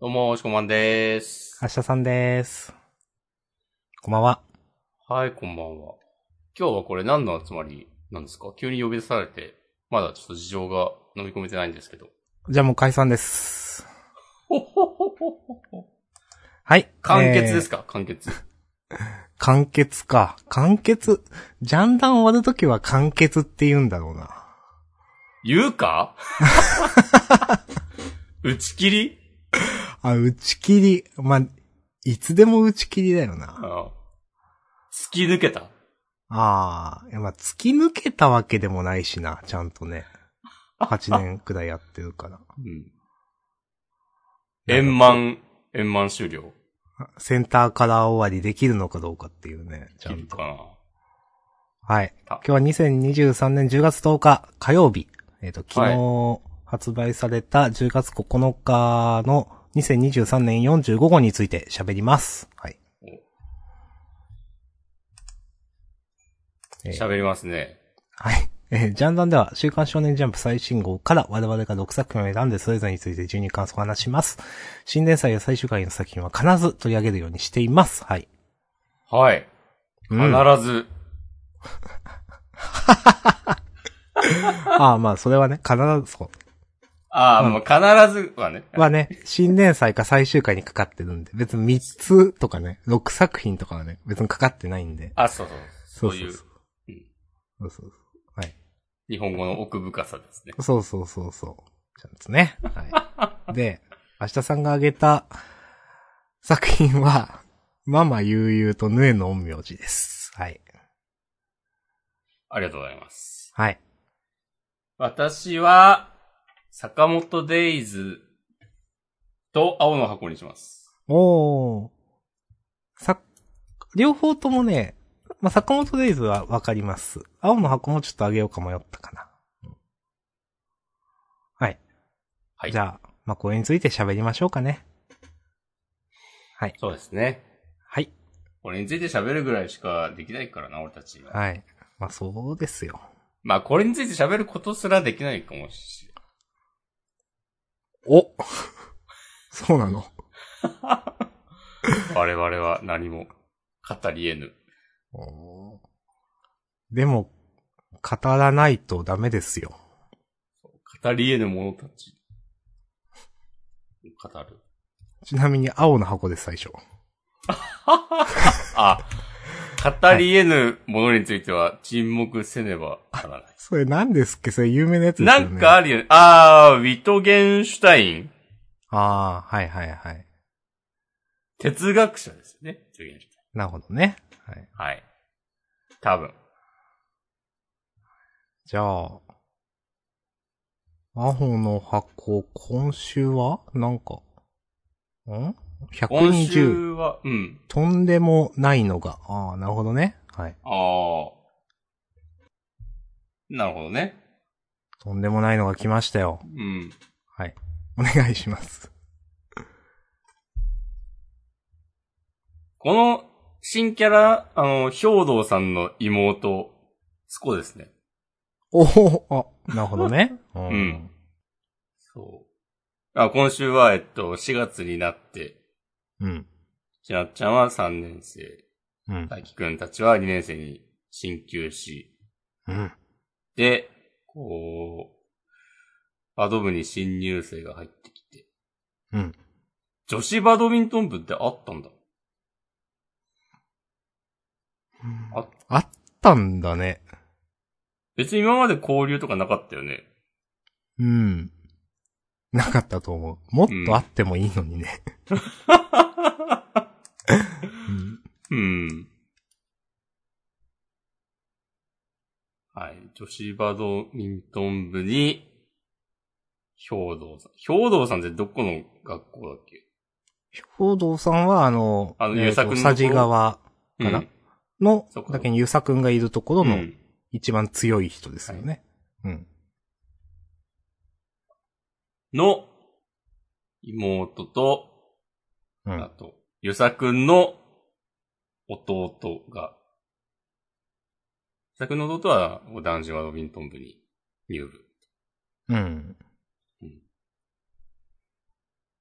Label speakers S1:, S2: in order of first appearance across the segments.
S1: どうも、おしこまんでーす。
S2: 明日さんです。こんばんは。
S1: はい、こんばんは。今日はこれ何の集まりなんですか急に呼び出されて、まだちょっと事情が飲み込めてないんですけど。
S2: じゃあもう解散です。
S1: ほほほほほほ
S2: はい。
S1: 完結です
S2: か、
S1: か、完結。
S2: 完結か。完結。ジャンダン終わるときは完結って言うんだろうな。
S1: 言う か打ち切り
S2: あ、打ち切り。まあ、いつでも打ち切りだよな。
S1: ああ突き抜けた。
S2: ああ、いやまあ、突き抜けたわけでもないしな、ちゃんとね。8年くらいやってるから。
S1: うん。円満、円満終了。
S2: センターから終わりできるのかどうかっていうね、ちゃ
S1: 切
S2: ん
S1: る
S2: と
S1: か。な。
S2: はい。
S1: あ
S2: 今日は2023年10月10日火曜日。えっ、と、昨
S1: はい
S2: 日発売された10月9日の2023年45号について喋ります。はい。えー
S1: 喋りますね。
S2: はい。 えージャンダンでは、週刊少年ジャンプ最新号から我々が6作品を選んでそれぞれについて12感想を話します。新連載や最終回の作品は必ず取り上げるようにしています。はい。
S1: はい。
S2: うん
S1: 必ず。
S2: ああ、まあ、それはね、必ずそう。
S1: ああ、
S2: うん
S1: もう必ずはね。
S2: はね、新連載か最終回にかかってるんで、別に3つとかね、6作品とかはね、別にかかってないんで。
S1: あ、そうそう。そういう
S2: そうそうそう。はい。
S1: 日本語の奥深さですね。
S2: そうそうそうそう。ちゃんとね。 はい。で、明日さんが挙げた作品は、ママ悠々とヌエの陰陽師です。はい。
S1: ありがとうございます。
S2: はい。
S1: 私は、坂本デイズと青の箱にします。
S2: おー。さ、両方ともね、まあ、坂本デイズはわかります。青の箱もちょっとあげようか迷ったかな。はい。
S1: はい
S2: じゃあ、まあ、これについて喋りましょうかね。はい。
S1: そうですね。
S2: はい。
S1: これについて喋るぐらいしかできないからな、俺たちは。
S2: はい。まあ、そうですよ。
S1: まあ、これについて喋ることすらできないかもし
S2: お そうなの。
S1: れん。我々は何も語り得ぬ。
S2: でも、語らないとダメですよ。
S1: 語り得ぬ者たち。語る。
S2: ちなみに青の箱です、最初。
S1: あ、語り得ぬ者については沈黙せねばならない。
S2: それ何ですっけそれ有名なやつです
S1: な
S2: よね。
S1: んかあるよね。あー、ウィトゲンシュタイン。
S2: ああ、はいはいはい。
S1: 哲学者ですよね。ウィトゲンシュタイ
S2: なるほどね。はい。
S1: ン。はい。多分。
S2: じゃあ、アホの箱、今週はなんか、ん
S1: 今
S2: ?120。
S1: 週は、うん。
S2: とんでもないのが。ああ、なるほどね。はい。
S1: あー。なるほどね。
S2: とんでもないのが来ましたよ
S1: う。ん。
S2: はい。お願いします。
S1: この新キャラ、あの、兵道さんの妹、スコですね。
S2: おお、あ、なるほどね。う
S1: うん。そう。あ、今週は、えっと、4月になって、
S2: うん。
S1: ちなっちゃんは3年生、
S2: うん。
S1: 大輝くんたちは2年生に進級し、
S2: うん。
S1: で、こう、バド部に新入生が入ってきて。
S2: うん。
S1: 女子バドミントン部ってあったんだ。あ
S2: あったんだね。
S1: 別に今まで交流とかなかったよね。
S2: うん。なかったと思う。もっとあってもいいのにね。う
S1: う
S2: ん
S1: ん。はい。女子バドミントン部に、兵道さん。兵道さんってどこの学校だっけ
S2: 兵道さんは、あの、
S1: あの
S2: えーと
S1: 遊佐君のところ
S2: 佐治川か
S1: う
S2: なんの
S1: そっ、か
S2: だけに遊佐くんがいるところ
S1: う
S2: の
S1: ん
S2: 一番強い人ですよね。うん。
S1: の、妹と、
S2: う
S1: あ
S2: ん。
S1: と、ゆさくんの弟が、ゆさくんの弟は男子バドミントン部に入部。
S2: うん。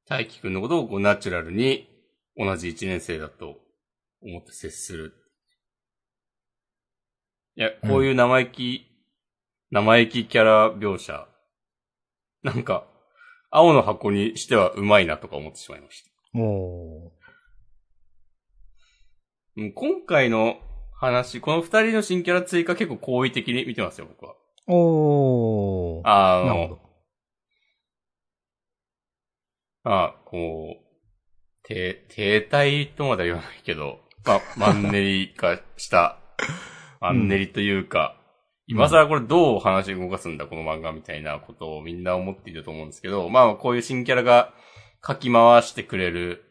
S1: 大輝くんのことをこうナチュラルに同じ一年生だと思って接する。いや、こういう生意気、生意気キャラ描写。なんか、青の箱にしてはうまいなとか思ってしまいました。
S2: も
S1: うん今回の話、この二人の新キャラ追加結構好意的に見てますよ、僕は。
S2: う。おー。
S1: あ
S2: なるほ
S1: の、
S2: ど。
S1: あこう、停、停滞とまでは言わないけど、 まあ、マンネリ化した、マンネリというか、
S2: うん
S1: 今更これどう話を動かすんだ、この漫画みたいなことをみんな思っていると思うんですけど、まあ、こういう新キャラが書き回してくれる、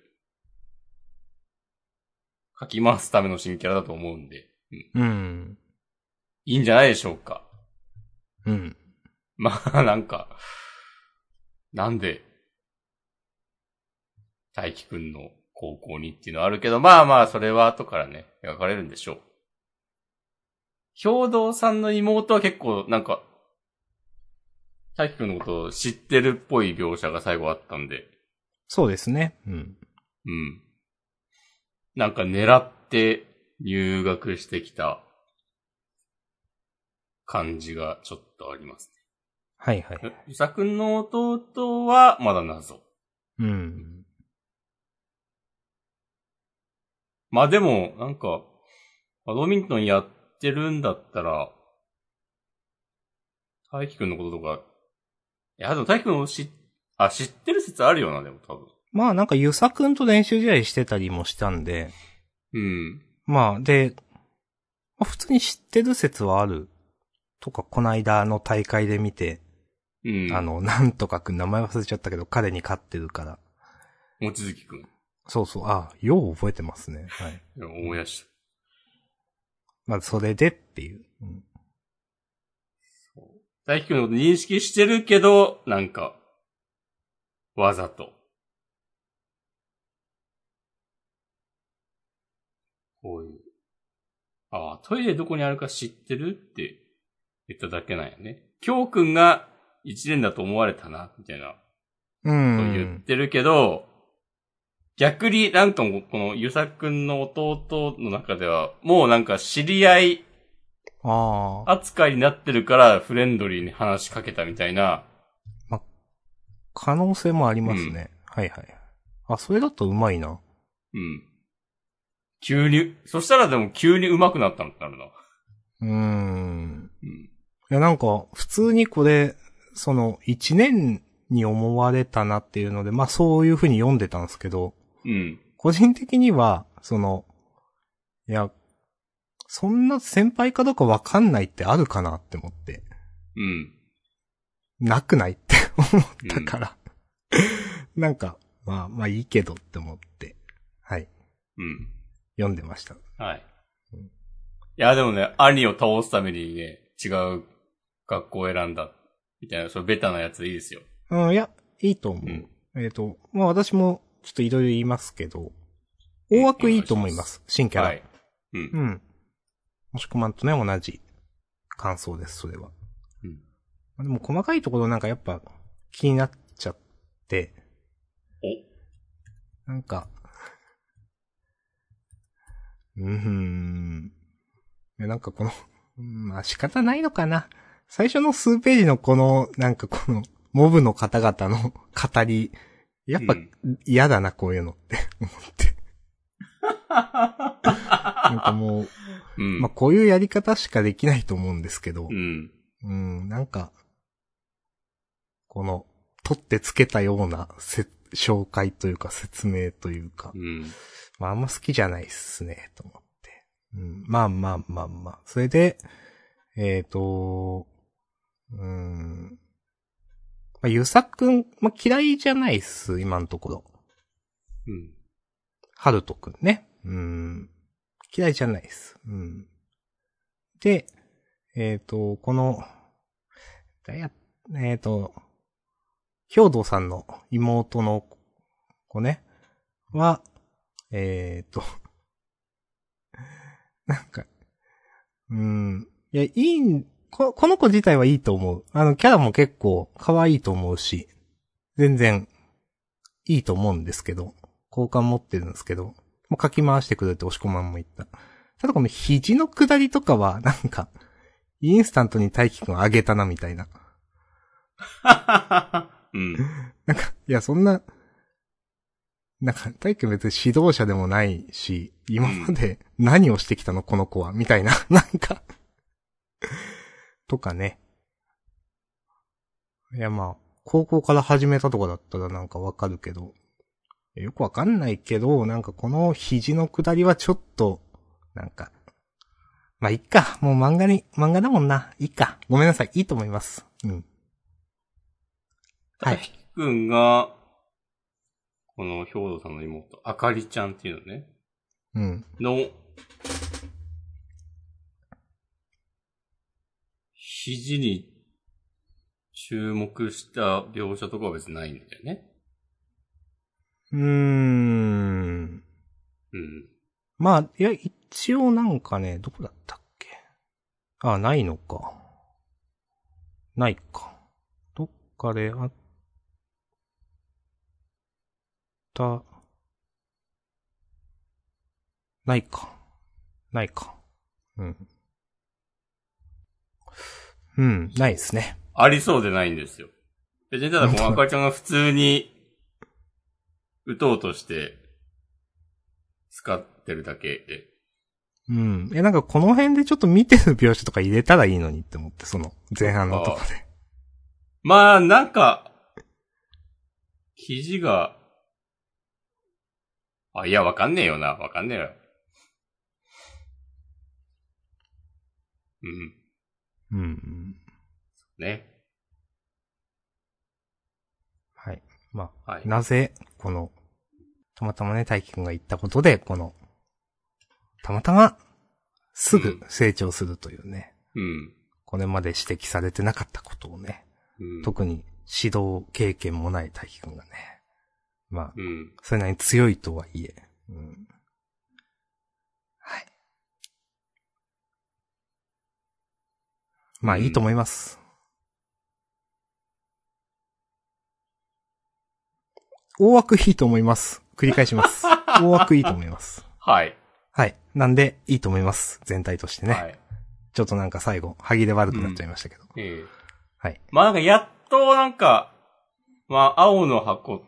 S1: 書き回すための新キャラだと思うんで、うん
S2: うん。
S1: いいんじゃないでしょうか。
S2: うん。
S1: まあ、なんか、なんで、大輝くんの高校にっていうのはあるけど、まあまあ、それは後からね、描かれるんでしょう。兵道さんの妹は結構、なんか、大輝くんのことを知ってるっぽい描写が最後あったんで、
S2: そうですね。うん。
S1: うん。なんか狙って入学してきた感じがちょっとあります
S2: はいはい。
S1: ゆさくんの弟は、まだ謎。
S2: うん。
S1: まあでも、なんか、バドミントンやってるんだったら、大輝くんのこととか、いや、でも大輝くんを知っ、あ、知ってる説あるよな、でも多分。
S2: まあなんか、ゆさくんと練習試合してたりもしたんで、
S1: うん。
S2: まあ、で、まあ普通に知ってる説はある。とか、こないだの大会で見て、
S1: うん。
S2: あ、の、 なんとかくん名前忘れちゃったけど、彼に勝ってるから。
S1: もちづきくん。
S2: そうそう、ああ、よう覚えてますね。はい。
S1: 思い出し
S2: まあ、それでっていう。うん
S1: た。大輝くんのこと認識してるけど、なんか、わざと。こういう。ああ、トイレどこにあるか知ってるって言っただけなんやね。京くんが一年だと思われたな、みたいな
S2: う
S1: こと言っ
S2: ん。
S1: てるけど、逆になんかもうこのゆさくんの弟の中では、もうなんか知り合い
S2: ああ。
S1: 扱いになってるからフレンドリーに話しかけたみたいな、
S2: 可能性もありますね。はいはい。あ、それだとうまいな。
S1: うん。急に、そしたらでも急に上手くなったのってなるな。
S2: うーん。
S1: うん。
S2: いや、なんか、普通にこれ、その、一年に思われたなっていうので、まあ、そういうふうに読んでたんですけど、
S1: うん。
S2: 個人的には、その、いや、そんな先輩かどうかわかんないってあるかなって思って、
S1: うん。
S2: なくないって 思った
S1: うん
S2: から、なんか、まあまあいいけどって思って、はい、
S1: う
S2: 読んでました。
S1: ん。はい
S2: うん。
S1: いや、でもね、兄を倒すためにね、違う学校を選んだ、みたいな、それベタなやつでいいですよ。
S2: うん、いや、いいと思う。
S1: うん
S2: えっ、と、まあ私もちょっといろいろ言いますけど、大枠いいと思います、新キャラ。
S1: はい。うん
S2: う。ん。もしくまんとね、同じ感想です、それは。
S1: うん
S2: まあでも細かいところなんかやっぱ気になっちゃって、なんか、うーん。いやなんかこの、うんまあ仕方ないのかな。最初の数ページのこの、なんかこの、モブの方々の 語り、やっぱ
S1: うん
S2: 嫌だな、こういうのって思って。なんかもう、
S1: おうん。
S2: まあ、こういうやり方しかできないと思うんですけど
S1: う、ん。
S2: うん、なんか、この、取ってつけたようなせ紹介というか説明というか
S1: う、ん。
S2: まあ、あんま好きじゃないっすね、と思って。うん、まあまあまあまあ。それで、えっ、と、うん、まあ、ゆさくん、まあ、嫌いじゃないっす、今のところ。
S1: うん。
S2: ハルトくんね。うん。嫌いじゃないです。うん。で、えっ、と、この、だや、えっ、と、兵道さんの妹の子ね、は、えっ、と、 なんか、うん。いや、いいん、ここの子自体はいいと思う。あの、キャラも結構可愛いと思うし、全然、いいと思うんですけど、交換持ってるんですけど、もう書き回してくれって押し込まんも言った。ただこの肘の下りとかは、なんか、インスタントに大輝くんあげたなみたいな。
S1: うん。
S2: なんか、いや、そんな、なんか、大輝別に指導者でもないし、今まで何をしてきたのこの子は、みたいな、 なんか、とかね。いや、まあ、高校から始めたとかだったらなんかわかるけど、よくわかんないけど、なんかこの肘の下りはちょっと、なんか、まあ、いっか。もう漫画に、漫画だもんな。いいか。ごめんなさい。いいと思います。うん。はい
S1: 大輝くんが、この兵道さんの妹、あかりちゃんっていうのね、
S2: うん。
S1: の、肘に注目した描写とかは別にないんだよね。
S2: うーん。
S1: うん。
S2: まあ、いや、一応なんかね、どこだったっけ。あ、ないのか。ないか。どっかであった。ないか。ないか。うん。うん、ないですね。
S1: ありそうでないんですよ。別にただこの赤ちゃんが普通に、打とうとして、使ってるだけで。
S2: うん。いや、なんかこの辺でちょっと見てる描写とか入れたらいいのにって思って、その前半のとこで。
S1: まあ、なんか、記事が、あ、いや、わかんねえよな。わかんねえよ。うん。
S2: うん。
S1: ね。
S2: はい。まあ、
S1: はい。
S2: なぜ、この、たまたまね、大輝くんが言ったことで、この、たまたま、すぐ成長するというね、
S1: うん。
S2: これまで指摘されてなかったことをね、
S1: うん。
S2: 特に指導経験もない大輝くんがね、まあ、
S1: うん。
S2: それなりに強いとはいえ、うん。はい。まあ、
S1: うん
S2: いいと思います。大枠いいと思います。繰り返し ます。大枠いいと思います。
S1: はい。
S2: はい。なんで、いいと思います。全体としてね。
S1: はい。
S2: ちょっとなんか最後、歯切れ悪くなっちゃいましたけど。
S1: ええ
S2: はい。
S1: まあ、なんか、やっと、なんか、まあ、青の箱、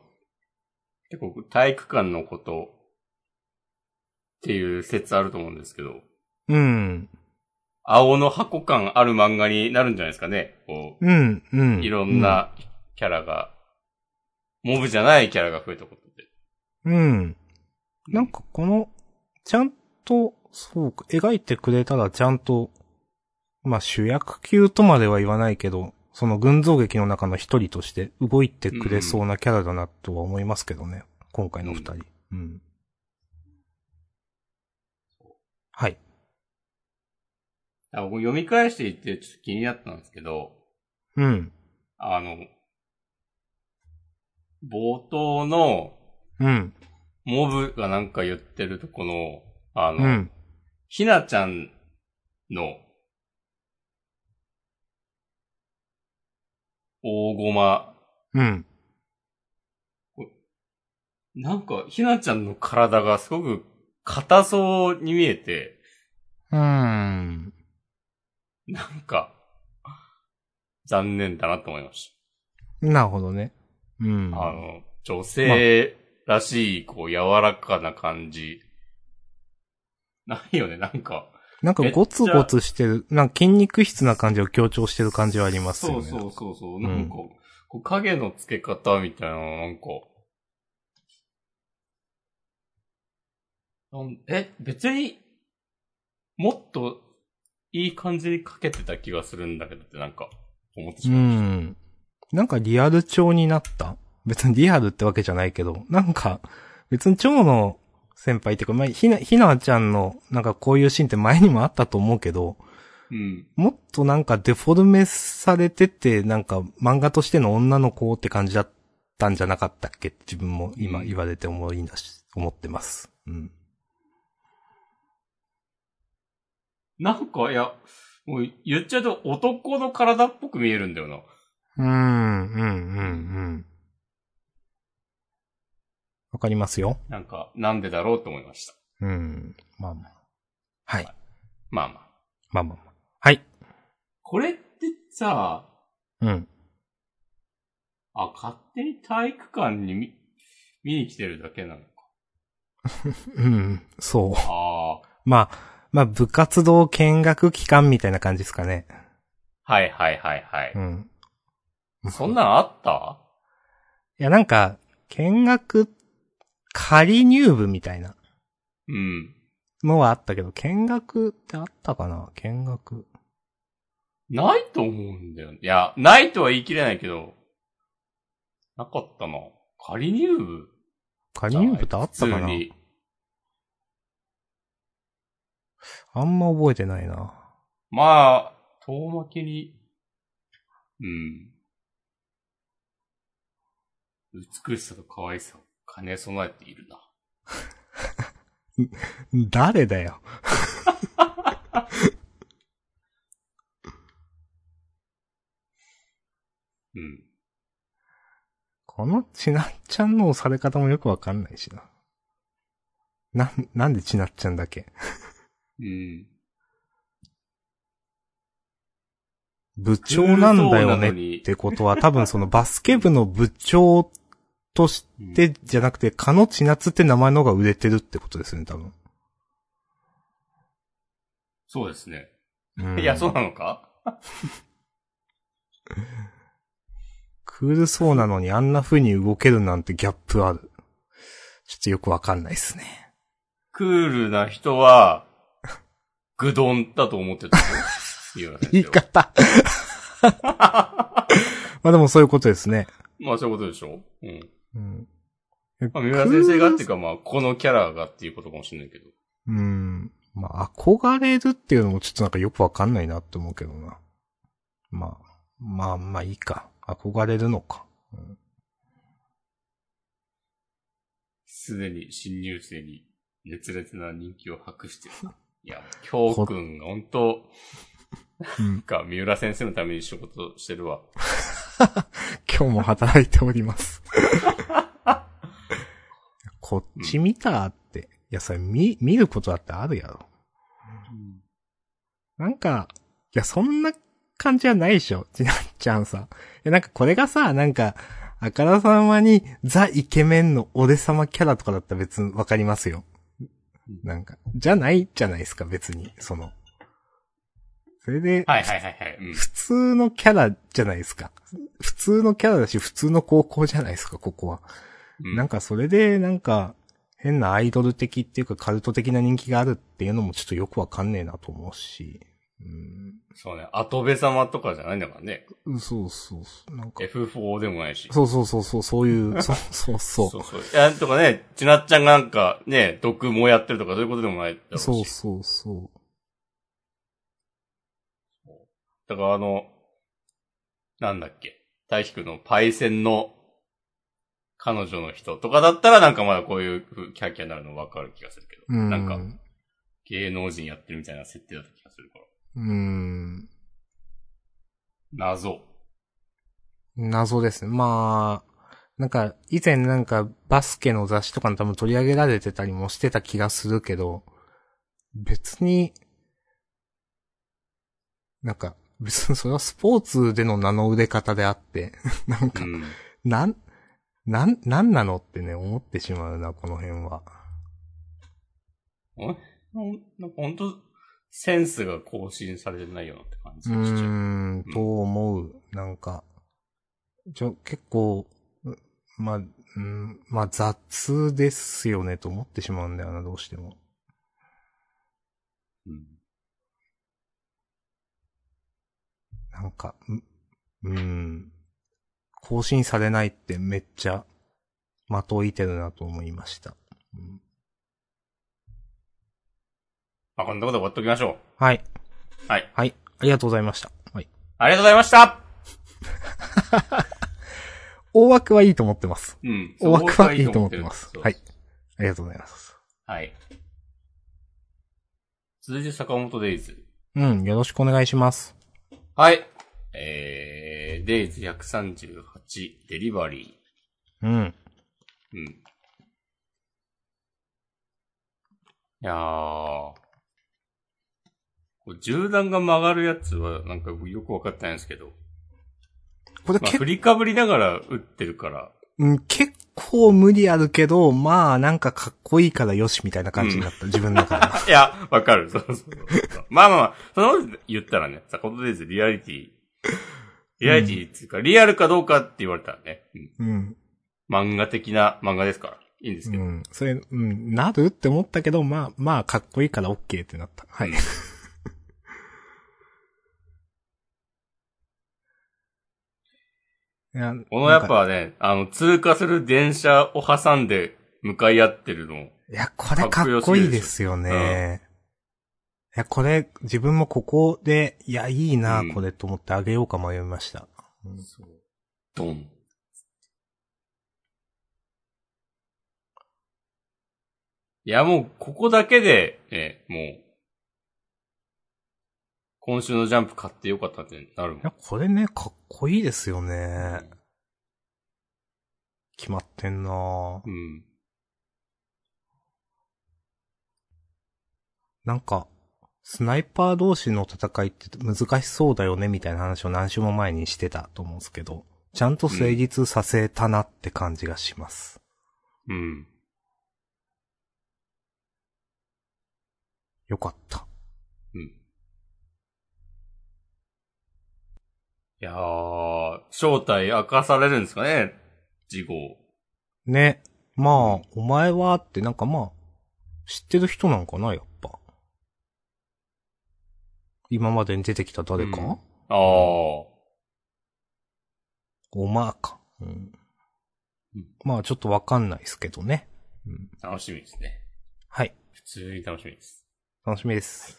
S1: 結構、体育館のこと、っていう説あると思うんですけど、
S2: うん。
S1: 青の箱感ある漫画になるんじゃないですかね。こう、
S2: うん、うん。
S1: いろんなキャラが、モブじゃないキャラが増えたことで。
S2: うん。なんかこの、ちゃんと、そうか、描いてくれたらちゃんと、まあ主役級とまでは言わないけど、その群像劇の中の一人として動いてくれそうなキャラだなとは思いますけどね。今回の二人。うん。はい。
S1: あ僕読み返していってちょっと気になったんですけど、
S2: うん。
S1: あの、冒頭の
S2: うん。
S1: モブがなんか言ってるとこの、あの、
S2: うん。
S1: ひなちゃんの、大駒、
S2: うん。
S1: なんか、ひなちゃんの体がすごく硬そうに見えて、
S2: うん。
S1: なんか、残念だなと思いまし
S2: なるほどね。うん。
S1: た。あの、女性らしい、こう、柔らかな感じ。ないよね、なんか。
S2: なんかゴツゴツしてる、なんか筋肉質な感じを強調してる感じはありますよね。
S1: そうそうそうそう。
S2: ん
S1: なんか、こう影の付け方みたいなの、なんか。なんえ、別に、もっと、いい感じにかけてた気がするんだけどって、なんか、思ってし
S2: う
S1: まいました。
S2: ん。なんかリアル調になった別にリアルってわけじゃないけど、なんか、別に蝶の先輩っていうか、まあ、ひな、ひなちゃんの、なんかこういうシーンって前にもあったと思うけど、
S1: うん。
S2: もっとなんかデフォルメされてて、なんか漫画としての女の子って感じだったんじゃなかったっけ自分も今
S1: うん
S2: 言われて思い出し、思ってます。うん。
S1: なんか、いや、もう言っちゃうと男の体っぽく見えるんだよな。
S2: うん、うん、うん、うん。わかりますよ。
S1: なんか、なんでだろうと思いました。
S2: うん。まあまあ。はい。
S1: まあまあ。
S2: まあまあまあ。はい。
S1: これってさ、
S2: うん。
S1: あ、勝手に体育館に見、見に来てるだけなのか。
S2: うん。そ
S1: あ
S2: う。まあ、まあ、部活動見学期間みたいな感じですかね。
S1: あ、はいはいはいは
S2: う
S1: い。
S2: ん。
S1: そんなんあった
S2: いや、なんか、見学、仮入部みたいな
S1: うん。
S2: のはあったけど、見学ってあったかな見学。
S1: ないと思うんだよね。いや、ないとは言い切れないけど、なかったな。仮入部
S2: 仮入部ってあったか
S1: 普
S2: な
S1: 通に。
S2: あんま覚えてないな。
S1: まあ、遠巻きに、うん。美しさと可愛さを兼ね備えているな。
S2: 誰だよ。
S1: うん。
S2: このちなっちゃんの押され方もよくわかんないしな。なん、なんでちなっちゃんだけ
S1: うん。
S2: 部長なんだよ
S1: クールゾーンなの
S2: ね
S1: に
S2: ってことは、多分そのバスケ部の部長とし
S1: うん
S2: て、じゃなくて、かのちなつって名前の方が売れてるってことですよね、多分。
S1: そうですね。
S2: うん
S1: いや、そうなのか
S2: クールそうなのにあんな風に動けるなんてギャップある。ちょっとよくわかんないですね。
S1: クールな人は、グドンだと思ってたよ。三浦先生
S2: 言い
S1: は。
S2: 方。まあでもそういうことですね。
S1: まあそういうことでしょうん。
S2: うん。
S1: まあ三浦先生がっていう
S2: か。
S1: かまあ、このキャラがっていうことかもしれないけど。
S2: うん。まあ、憧れるっていうのもちょっとなんかよくわかんないなって思うけどな。まあ、まあまあいいか。憧れるのか。うん、
S1: すでに新入生に熱烈な人気を博して る。いや、京くんが本当
S2: うん
S1: か、三浦先生のために仕事してるわ。
S2: 今日も働いております。こっち見たって。いや、それ見、見ることだってあるやろ。なんか、いや、そんな感じはないでしょ、ちなっちゃんさん。いや、なんかこれがさ、なんか、あからさまにザ・イケメンの俺様キャラとかだったら別にわかりますよ。なんか、じゃないじゃないですか、別に、その。それで、
S1: はいはいはいはい。うん。
S2: 普通のキャラじゃないですか。普通のキャラだし、普通の高校じゃないですか、ここは。
S1: うん
S2: なんかそれで、なんか、変なアイドル的っていうかカルト的な人気があるっていうのもちょっとよくわかんねえなと思うし。う
S1: そうね、後部様とかじゃないんだからね。
S2: ん。そうそうそう。なんか。
S1: F4 でもないし。
S2: そうそうそうそう、そういう、そうそうそう。
S1: そうそう。いや、とかね、ちなっちゃんがなんかね、毒もやってるとかそういうことでもないだろうし。
S2: そうそうそ
S1: だからあの、なんだっけ、大輝くんのパイセンの彼女の人とかだったらなんかまだこういうふうキャーキャーになるの分かる気がするけど。
S2: う。うん。
S1: なんか、芸能人やってるみたいな設定だった気がするから。
S2: うん。
S1: 謎。
S2: 謎ですね。まあ、なんか、以前なんかバスケの雑誌とかに多分取り上げられてたりもしてた気がするけど、別に、なんか、別にそれ はスポーツでの名の売れ方であって、 なん
S1: う
S2: か、
S1: ん。
S2: なん、なん、なんなのってね、思ってしまうな、この辺は。
S1: おなんか本当センスが更新されてないよなって感
S2: う
S1: じがしちゃう。
S2: ーん、と思う。なんか、ちょ、結構、うまあ、うん、まあ雑ですよねと思ってしまうんだよな、どうしても。
S1: うん
S2: なんか、ううん、更新されないってめっちゃ、的を射てるなと思いました。うん
S1: まあ、こんなことで終わっときましょ
S2: はい。
S1: う。はい。
S2: はい。ありがとうございました。はい。
S1: ありがとうございました
S2: 大枠はいいと思ってます。
S1: うん。
S2: 大枠はいいと思ってます。
S1: そう
S2: はい。ありがとうございます。
S1: はい。続いて坂本デイズ。
S2: うん、よろしくお願いします。
S1: はい。えー、デイズ138デリバリ
S2: うん。
S1: ー。うん。いやー。こう銃弾が曲がるやつは、なんかよくわかってないんですけど。
S2: これ
S1: まあ、
S2: 結
S1: 振りかぶりながら撃ってるから。
S2: うん、結構無理あるけど、まあなんかかっこいいからよしみたいな感じになった、自分の中で は。
S1: いや、わかる。そうそうそう。まあまあまあ、そのこと言ったらね、サコトデイズリアリティ、リアリティっていうか、リアルかどうかって言われたらね、うん
S2: うん。
S1: 漫画的な漫画ですから、いいんです
S2: う
S1: けど。
S2: ん。それ、うん、なるって思ったけど、まあ、まあ、かっこいいから OK ってなった。はい。や
S1: このやっ。
S2: なんか
S1: ぱね、あの、通過する電車を挟んで向かい合ってるの。
S2: いや、これかっこいいですよね。
S1: かっこよすぎ
S2: いや、これ、自分もここで、いや、いいな、
S1: うん
S2: これと思ってあげようか迷いました。うん
S1: そう。ドン。いや、もう、ここだけで、ね、もう、今週のジャンプ買ってよかったってなるもん
S2: いや、これね、かっこいいですよね。決まってんなぁ
S1: うん。
S2: なんか、スナイパー同士の戦いって難しそうだよねみたいな話を何週も前にしてたと思うんですけど、ちゃんと成立させたなって感じがします。
S1: うん。
S2: よかった。
S1: いやー、正体明かされるんですかね事後。
S2: ね。まあ、お前はってなんかまあ、知ってる人なんかな、やっぱ。今までに出てきた誰か、
S1: うんあー。
S2: おまーか。うん
S1: うん。
S2: まあ、ちょっとわかんないですけどね。うん。
S1: 楽しみですね。
S2: はい。
S1: 普通に楽しみです。
S2: 楽しみです。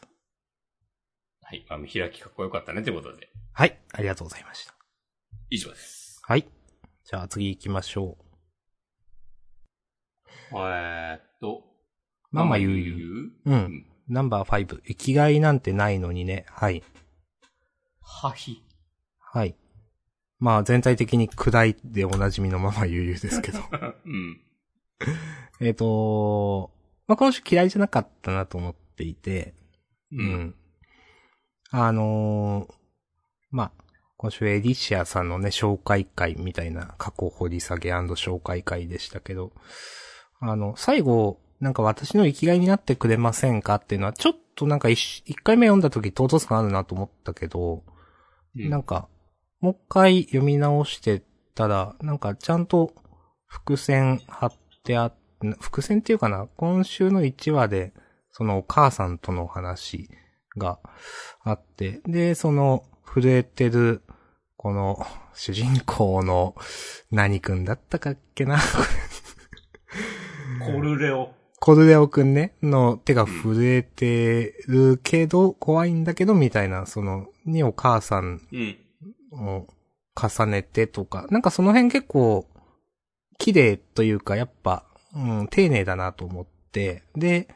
S1: はい。まあ、見開きかっこよかったねということで。
S2: はい。ありがとうございました。
S1: 以上です。
S2: はい。じゃあ次行きましょう。
S1: えーっと。
S2: ママゆうゆう。
S1: ゆう
S2: う。
S1: んん。
S2: ナンバー5。生きがいなんてないのにね。はい。
S1: はひ。
S2: はい。まあ全体的に暗いでおなじみのママゆうゆうですけ ど。
S1: うん。
S2: えっと、まあ今週嫌いじゃなかったなと思っていて。
S1: う
S2: う。ん。あのーまあ、今週エリシアさんのね、紹介会みたいな過去掘り下げ紹介会でしたけど、あの、最後、なんか私の生きがいになってくれませんかっていうのは、ちょっとなんか一一回目読んだ時唐突感あるなと思ったけど、
S1: うん
S2: なんか、もう一回読み直してたら、なんかちゃんと伏線貼ってあ、伏線っていうかな、今週の1話で、そのお母さんとの話があって、で、その震えてる、この主人公の何くんだったかっけな、
S1: コルレオ。
S2: コルレオくんね、の手が震えてるけど、怖いんだけど、みたいな、その、にお母さん
S1: うん。
S2: を重ねてとか、なんかその辺結構、綺麗というか、やっぱ、うん、丁寧だなと思って、で、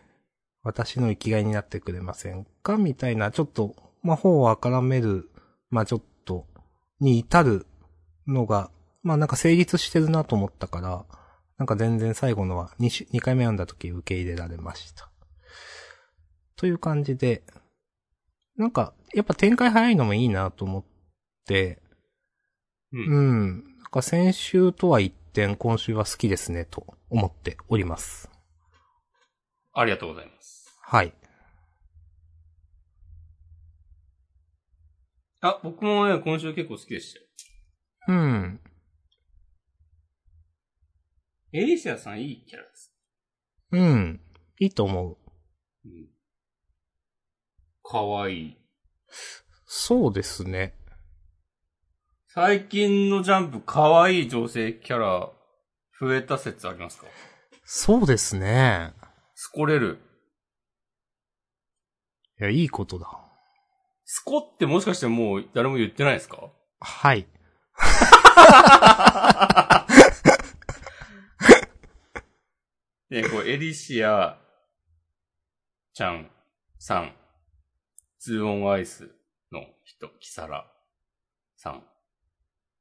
S2: 私の生きがいになってくれませんかみたいな、ちょっと、まあ、方をあからめる、まあ、ちょっと、に至るのが、まあ、なんか成立してるなと思ったから、なんか全然最後のは2し、2回目読んだ時受け入れられました。という感じで、なんか、やっぱ展開早いのもいいなと思って、
S1: うん。
S2: うん。なんか先週とは一転、今週は好きですね、と思っております。
S1: ありがとうございます。
S2: はい。
S1: あ、僕もね、今週結構好きでしたよ。
S2: うん。
S1: エリシアさんいいキャラです。
S2: うん。いいと思う。
S1: うん。かわいい。
S2: そうですね。
S1: 最近のジャンプ、かわいい女性キャラ、増えた説ありますか
S2: そうですね。
S1: スコれる。
S2: いや、いいことだ。
S1: スコってもしかしてもう誰も言ってないですか
S2: はい。
S1: ね、こう、エリシア、ちゃん、さん、ツーオンアイスの人、キサラ、さん。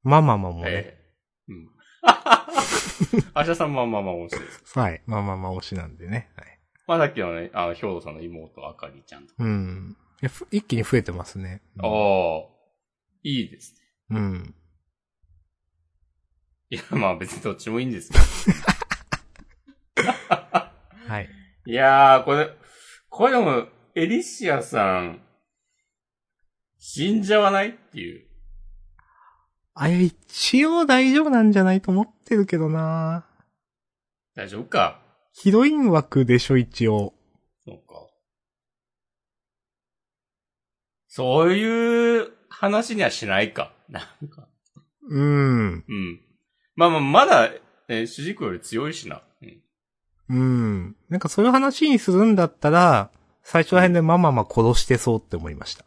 S2: マママもね。
S1: ええうん。 アシャさんまあまあまあ面白いです。
S2: はい。マママ推しなんでね。はい。
S1: まあさっきのね、あの、兵頭さんの妹、あかりちゃんとか。
S2: うん。いやふ一気に増えてますね。
S1: ああ、いいですね。
S2: うん。
S1: いや、まあ別にどっちもいいんですけど。
S2: はい。
S1: いやー、これ、これでも、エリシアさん、死んじゃわないっていう。
S2: あ、いや、一応大丈夫なんじゃないと思ってるけどな
S1: 大丈夫か
S2: ヒロイン枠でしょ、一応。
S1: そうか。そういう話にはしないか。なんか。
S2: うん。
S1: うん。まあまあ、まだ、ね、主人公より強いしな。うん。
S2: うん。なんかそういう話にするんだったら、最初ら辺でまあまあまあ殺してそうって思いました。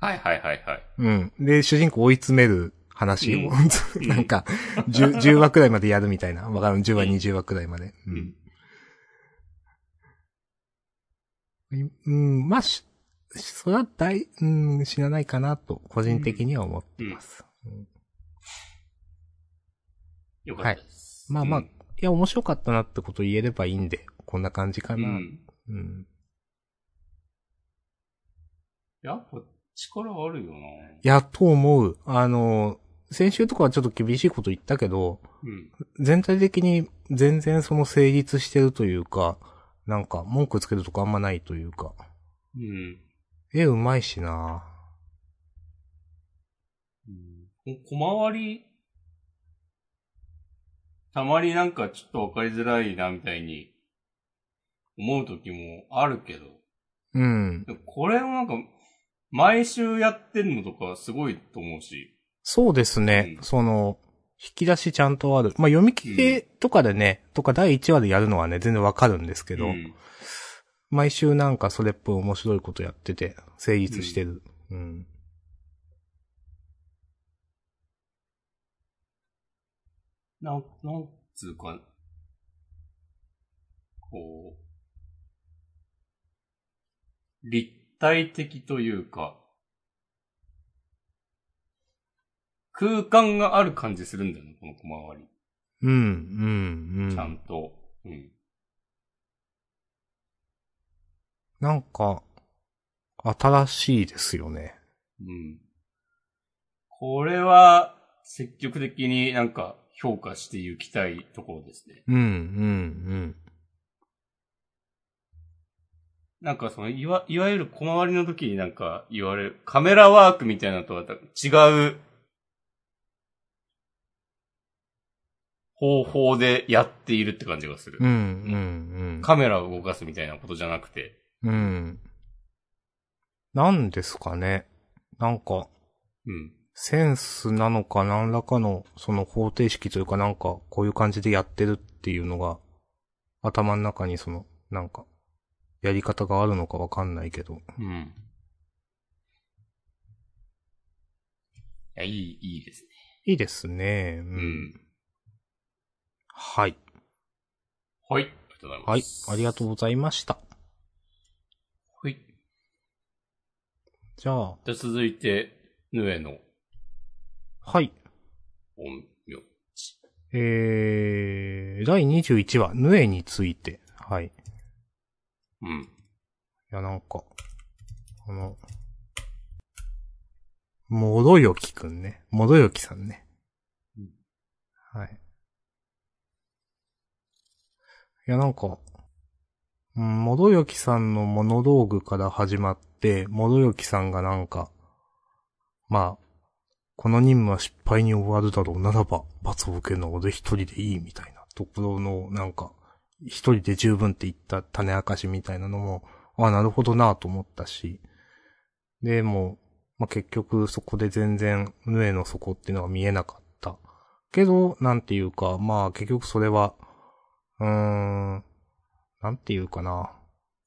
S1: はいはいはいはい。
S2: うん。で、主人公追い詰める話を、
S1: うん
S2: なんか10、10話くらいまでやるみたいな。わかる ?10 話、20話くらいまで。うん。うん、まあ、し、それは大、うん、死なないかなと、個人的には思ってます。
S1: よかったです。
S2: まあまあ、
S1: うん
S2: いや、面白かったなってこと言えればいいんで、こんな感じかな。
S1: うん。
S2: うん
S1: やっぱ、力あるよな。
S2: いや、と思う。あの、先週とかはちょっと厳しいこと言ったけど、
S1: うん。
S2: 全体的に全然その成立してるというか、なんか文句つけるとかあんまないというか、
S1: うん。
S2: 絵うまいしな
S1: うん、こ小回り、たまになんかちょっとわかりづらいなみたいに思う時もあるけど、
S2: うん。
S1: でもこれもなんか毎週やってんのとかすごいと思うし、
S2: そうですね。
S1: うん
S2: その、引き出しちゃんとある。まあ、読み切りとかでね、とか第1話でやるのはね、全然わかるんですけ
S1: け
S2: ど、
S1: うん、
S2: 毎週なんかそれっぽい面白いことやってて、成立してる。うん。
S1: なん、なんつうか、こう、立体的というか、空間がある感じするんだよね、この小回り。
S2: うん、うん、うん。
S1: ちゃんと。うん。
S2: なんか、新しいですよね。
S1: うん。これは、積極的になんか評価していきたいところですね。
S2: うん、うん、
S1: なんかその、いわ、いわゆる小回りの時になんか言われる、カメラワークみたいなのとは違う、方法でやっているって感じがする。
S2: うん。うん、うん、
S1: カメラを動かすみたいなことじゃなくて。
S2: うん。うん。なんですかね。なんか、
S1: うん。
S2: センスなのか何らかのその方程式というかなんかこういう感じでやってるっていうのが頭の中にそのなんかやり方があるのかわかんないけど。
S1: うん。いや、いい、いいですね。
S2: いいですね。う。
S1: うんん。
S2: はい。
S1: はい。ありがとうござい
S2: は
S1: ま
S2: い。
S1: す。
S2: ありがとうございました。
S1: はい。
S2: じゃあ、
S1: じゃあ続いて、ヌエの
S2: はい。
S1: 音量。
S2: えー、第21話、ヌエについて。はい。い
S1: うん。
S2: やなんか、あの、もどよきくんね。もどよきさんね
S1: うん。
S2: はい。いや、なんか、うん、もどよきさんのモノローグから始まって、もどよきさんがなんか、まあ、この任務は失敗に終わるだろうならば、罰を受けるのは俺一人でいいみたいなところの、なんか、一人で十分って言った種明かしみたいなのも、ああ、なるほどなぁと思ったし、でも、まあ、結局そこで全然、ヌエの底っていうのが見えなかった。けど、なんていうか、まあ結局それは、うーん、なんていうかな。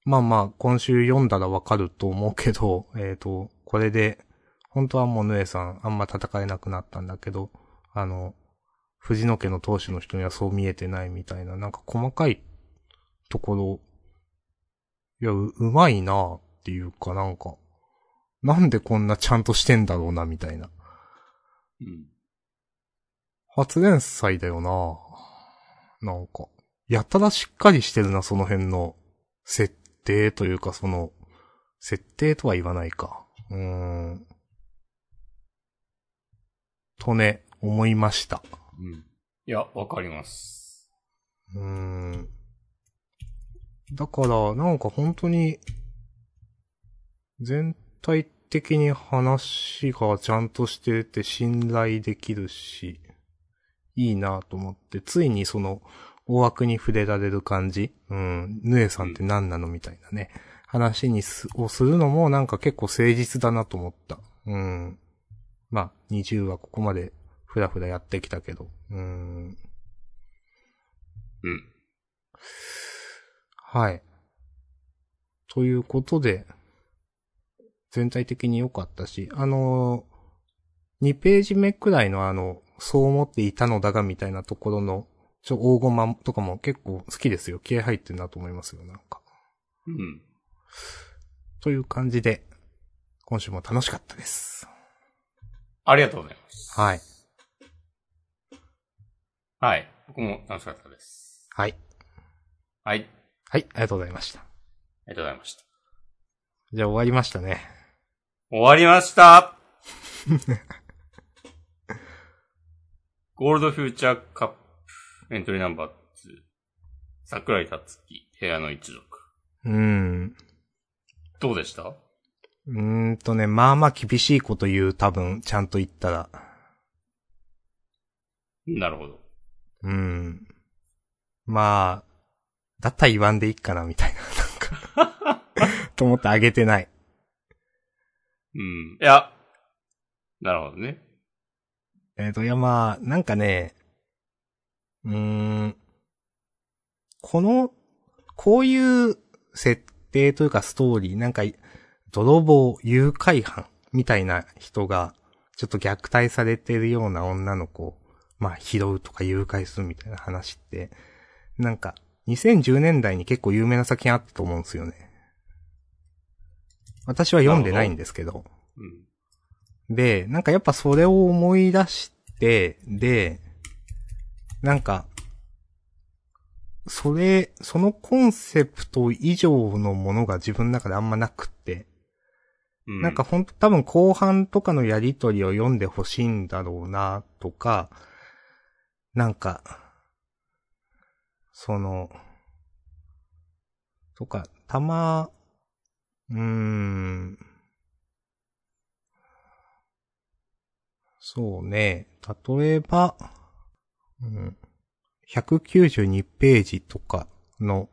S2: まあまあ、今週読んだらわかると思うけど、 えっ、と、これで、本当はもうヌエさんあんま戦えなくなったんだけど、あの、藤野家の当主の人にはそう見えてないみたいな、なんか細かいところ、いや、う、うまいなあっていうかなんか、なんでこんなちゃんとしてんだろうな、みたいな。
S1: うん。
S2: 発電祭だよななんか。やたらしっかりしてるな、その辺の設定というか、その、設定とは言わないか。うーん。とね、思いました。
S1: うん。いや、わかります。
S2: うーん。だから、なんか本当に、全体的に話がちゃんとしてて信頼できるし、いいなと思って、ついにその、大枠に触れられる感じ、うん、ヌエさんって何なのみたいなね、話にす、をするのもなんか結構誠実だなと思った。うん。まあ、20はここまでふらふらやってきたけど、うん。
S1: うん。
S2: はい。ということで、全体的に良かったし、あのー、2ページ目くらいのあの、そう思っていたのだがみたいなところの、ちょ、黄金まとかも結構好きですよ。気合入ってるなと思いますよ、なんか。
S1: うん。
S2: という感じで、今週も楽しかったです。
S1: ありがとうございます。
S2: はい。
S1: はい。僕も楽しかったです。
S2: はい。
S1: はい。あり
S2: はい、ありがとうございました。
S1: がとうございました。
S2: じゃあ終わりましたね。
S1: 終わりま した。ゴールドフューチャーカップ、エントリーナンバー2、桜井達樹、部屋の一族。
S2: うーん。
S1: どうでした
S2: うーんとね、まあまあ厳しいこと言う、多分、ちゃんと言ったら。
S1: なるほど。
S2: うん。まあ、だったら言わんでいいかな、みたいな、なんか、と思ってあげてない。
S1: うん。いや、なるほどね。
S2: えっ、と、いやまあ、なんかね、うーん、この、こういう設定というかストーリー、なんか、泥棒、誘拐犯、みたいな人が、ちょっと虐待されてるような女の子を、まあ、拾うとか誘拐するみたいな話って、なんか、2010年代に結構有名な作品あったと思うんですよね。私は読んでないんですけど
S1: うん。
S2: で、なんかやっぱそれを思い出して、で、なんか、それ、そのコンセプト以上のものが自分の中であんまなくって、
S1: うん、
S2: なんか、ほんと多分後半とかのやりとりを読んでほしいんだろうな、とか、なんか、その、とか、たま、うーん、そうね、例えば、うん、192ページとかの、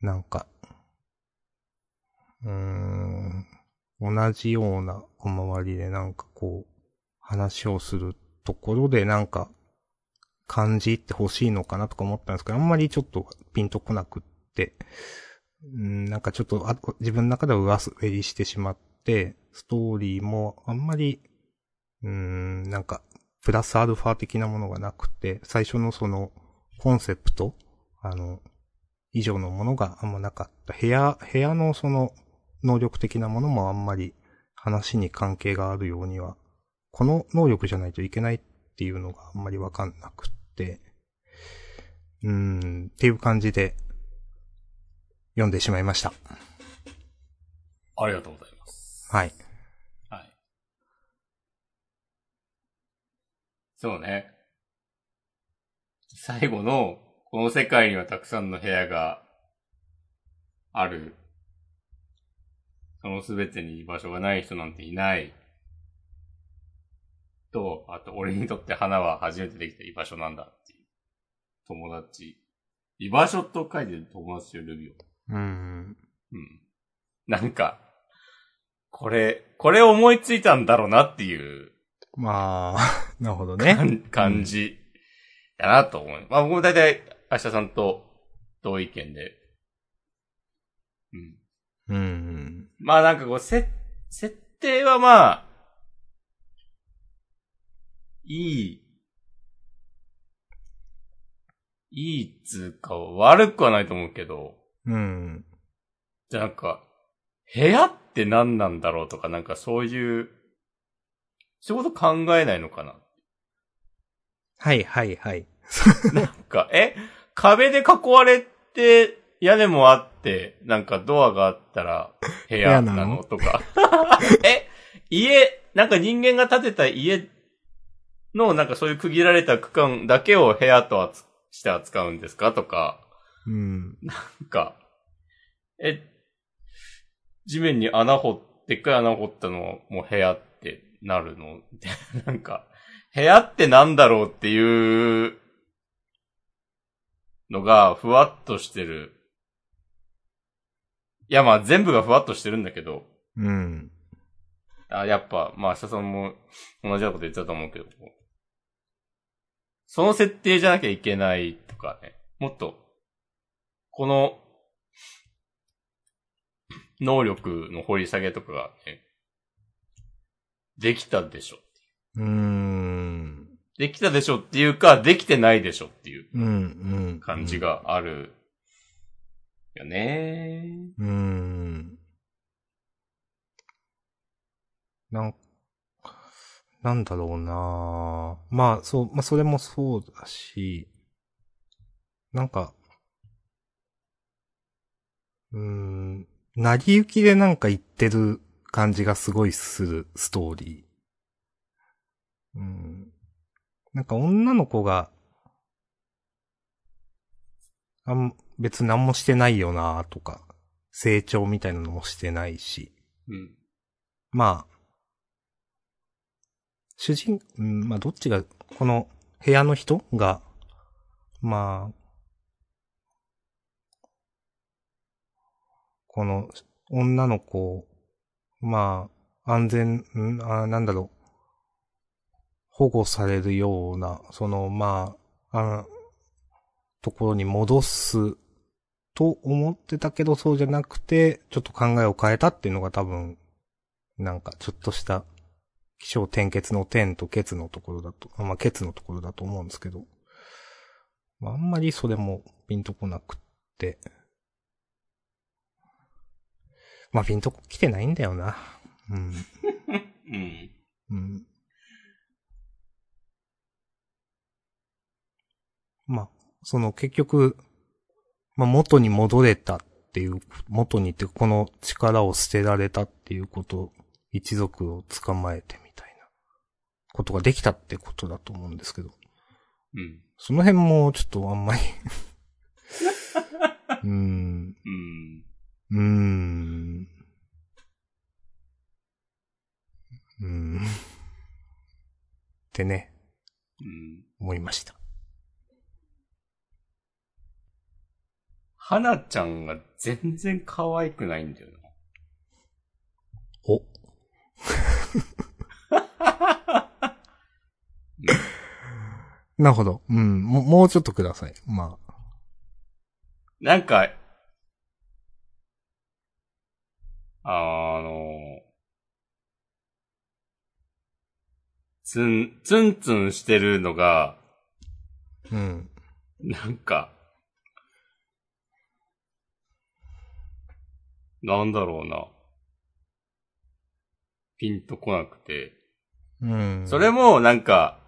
S2: なんか、うーん、同じような小回りでなんかこう、話をするところでなんか、感じって欲しいのかなとか思ったんですけど、あんまりちょっとピンとこなくって、うんなんかちょっとあ自分の中では上滑りしてしまって、ストーリーもあんまり、うん、なんか、プラスアルファ的なものがなくて、最初のその、コンセプト、あの、以上のものがあんまなかった。部屋、部屋のその、能力的なものもあんまり話に関係があるようには、この能力じゃないといけないっていうのがあんまりわかんなくって、うーん、っていう感じで読んでしまいました。
S1: ありがとうございます。
S2: はい。
S1: はい。そうね。最後の、この世界にはたくさんの部屋がある。そのすべてに居場所がない人なんていない。と、あと、俺にとって花は初めてできた居場所なんだっていう。友達。居場所と書いてる友達と呼ぶよ。
S2: うーん。
S1: うん。なんか、これ、これ思いついたんだろうなっていう
S2: まあ、 なるほど
S1: か
S2: ね。
S1: ん感じだなと思う。まあ僕も大体、明日さんと同意見で。うん。
S2: うん。
S1: まあなんかこう、せ、設定はまあ、いい、いいっつうか、悪くはないと思うけど、
S2: うん。
S1: じゃあなんか、部屋って何なんだろうとか、なんかそういう、そういうこと考えないのかな
S2: はいはいはい。
S1: なんか、え、壁で囲われて屋根もあって、なんかドアがあったら部屋な
S2: 部屋な
S1: の
S2: の
S1: とか。 え、家、なんか人間が建てた家のなんかそういう区切られた区間だけを部屋と扱して扱うんですかとか、
S2: うん。
S1: なんか、え、地面に穴掘って、でっかい穴掘ったのも部屋ってなるの なんか、部屋ってなんだろうっていうのが、ふわっとしてる。いや、まあ全部がふわっとしてるんだけど、
S2: うん。
S1: あ、やっぱ、まあ、明日さんも同じようなこと言ってたと思うけど、こうその設定じゃなきゃいけないとかね、もっと、この、能力の掘り下げとかがね、できたでしょ。
S2: うん。
S1: できたでしょっていうか、できてないでしょっていう
S2: うん。うん。
S1: 感じ。がある、よね
S2: うん。なん、なんだろうなまあ、そう、まあ、それもそうだし、なんか、うーん、成り行きでなんか言ってる感じがすごいするストーリー。うん。なんか女の子が、あん、別に何もしてないよなとか、成長みたいなのもしてないし、
S1: うん。
S2: まあ、主人、うん、まあどっちが、この部屋の人が、まあ、この女の子を、まあ、安全、うんあなんだろう、保護されるような、その、まあ、あところに戻すと思ってたけど、そうじゃなくて、ちょっと考えを変えたっていうのが多分、なんかちょっとした、気象転結の点と結のところだと、あまあ、結のところだと思うんですけど、まあ、あんまりそれもピンとこなくって、まあ、ピンとこ来てないんだよな。うん。
S1: うん。
S2: うん。まあ、その結局、まあ元に戻れたっていう、元にってこの力を捨てられたっていうこと、一族を捕まえてみたいなことができたってことだと思うんですけど、
S1: うん。
S2: その辺もちょっとあんまり、うーん、
S1: うん。
S2: うーん、うーん、ってね。
S1: うん。
S2: 思いました。
S1: 花ちゃんが全然可愛くないんだよな。
S2: お。なるほど。うん。ももうちょっとください。まあ。
S1: なんか、あの、ツン、ツンツンしてるのが、
S2: うん。
S1: なんか、なんだろうな。ピンとこなくて。
S2: うん。
S1: それもなんか、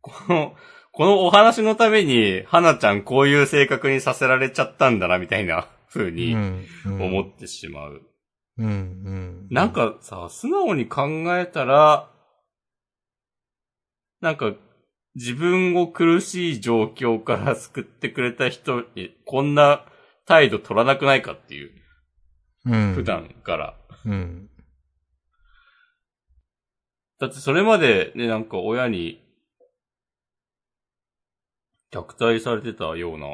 S1: この、このお話のために、花ちゃんこういう性格にさせられちゃったんだな、みたいな風
S2: う
S1: に
S2: ん、うん、
S1: 思ってしまう。
S2: うん、うん。
S1: なん、かさ、素直に考えたら、なんか、自分を苦しい状況から救ってくれた人に、こんな態度取らなくないかっていう、
S2: うん、
S1: 普。段から。
S2: うん。
S1: だってそれまでね、なんか親に、虐待されてたような。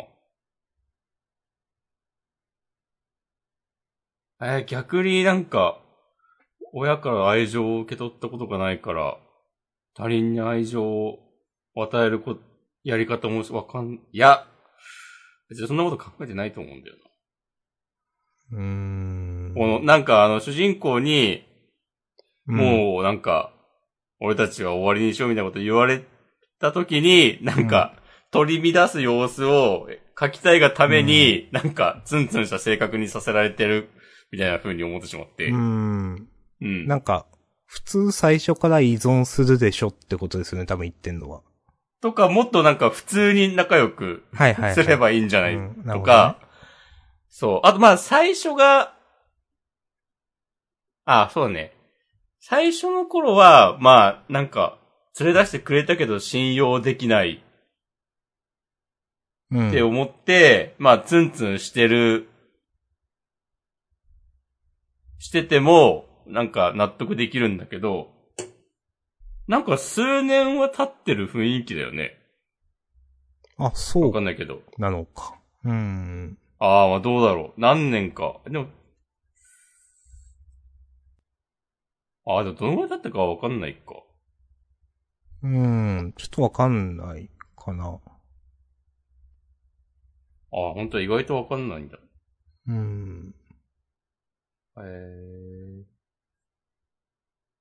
S1: えー逆になんか、親から愛情を受け取ったことがないから、他人に愛情を与えるこ、やり方もわかん、いや、別にそんなこと考えてないと思うんだよな。
S2: うーん。
S1: この、なんかあの、主人公に、
S2: うん、
S1: もうなんか、俺たちは終わりにしようみたいなこと言われた時に、なんか、取り乱す様子を書きたいがために、なんか、ツンツンした性格にさせられてる、みたいな風に思ってしまって。
S2: う
S1: うん。
S2: ん。なんか、普通最初から依存するでしょってことですよね、多分言ってん のは。
S1: とか、もっとなんか、普通に仲良く
S2: はいはい、はい。
S1: すればいいんじゃない、
S2: うんなる
S1: と
S2: ほどね
S1: か、そう。あと、まあ、最初が、あ、そうだね。最初の頃は、まあ、なんか、連れ出してくれたけど信用できない
S2: うん。
S1: って思って、まあ、ツンツンしてる、してても、なんか納得できるんだけど、なんか数年は経ってる雰囲気だよね。
S2: あ、そ
S1: わ
S2: う
S1: かんないけど。
S2: なのか。うん。
S1: ああ、まあどうだろう。何年か。でも、ああ、でもどのぐらい経ったかはわかんないか。
S2: うん。ちょっとわかんないかな。
S1: ああ、本当は意外とわかんないんだ。
S2: うん。
S1: へえ。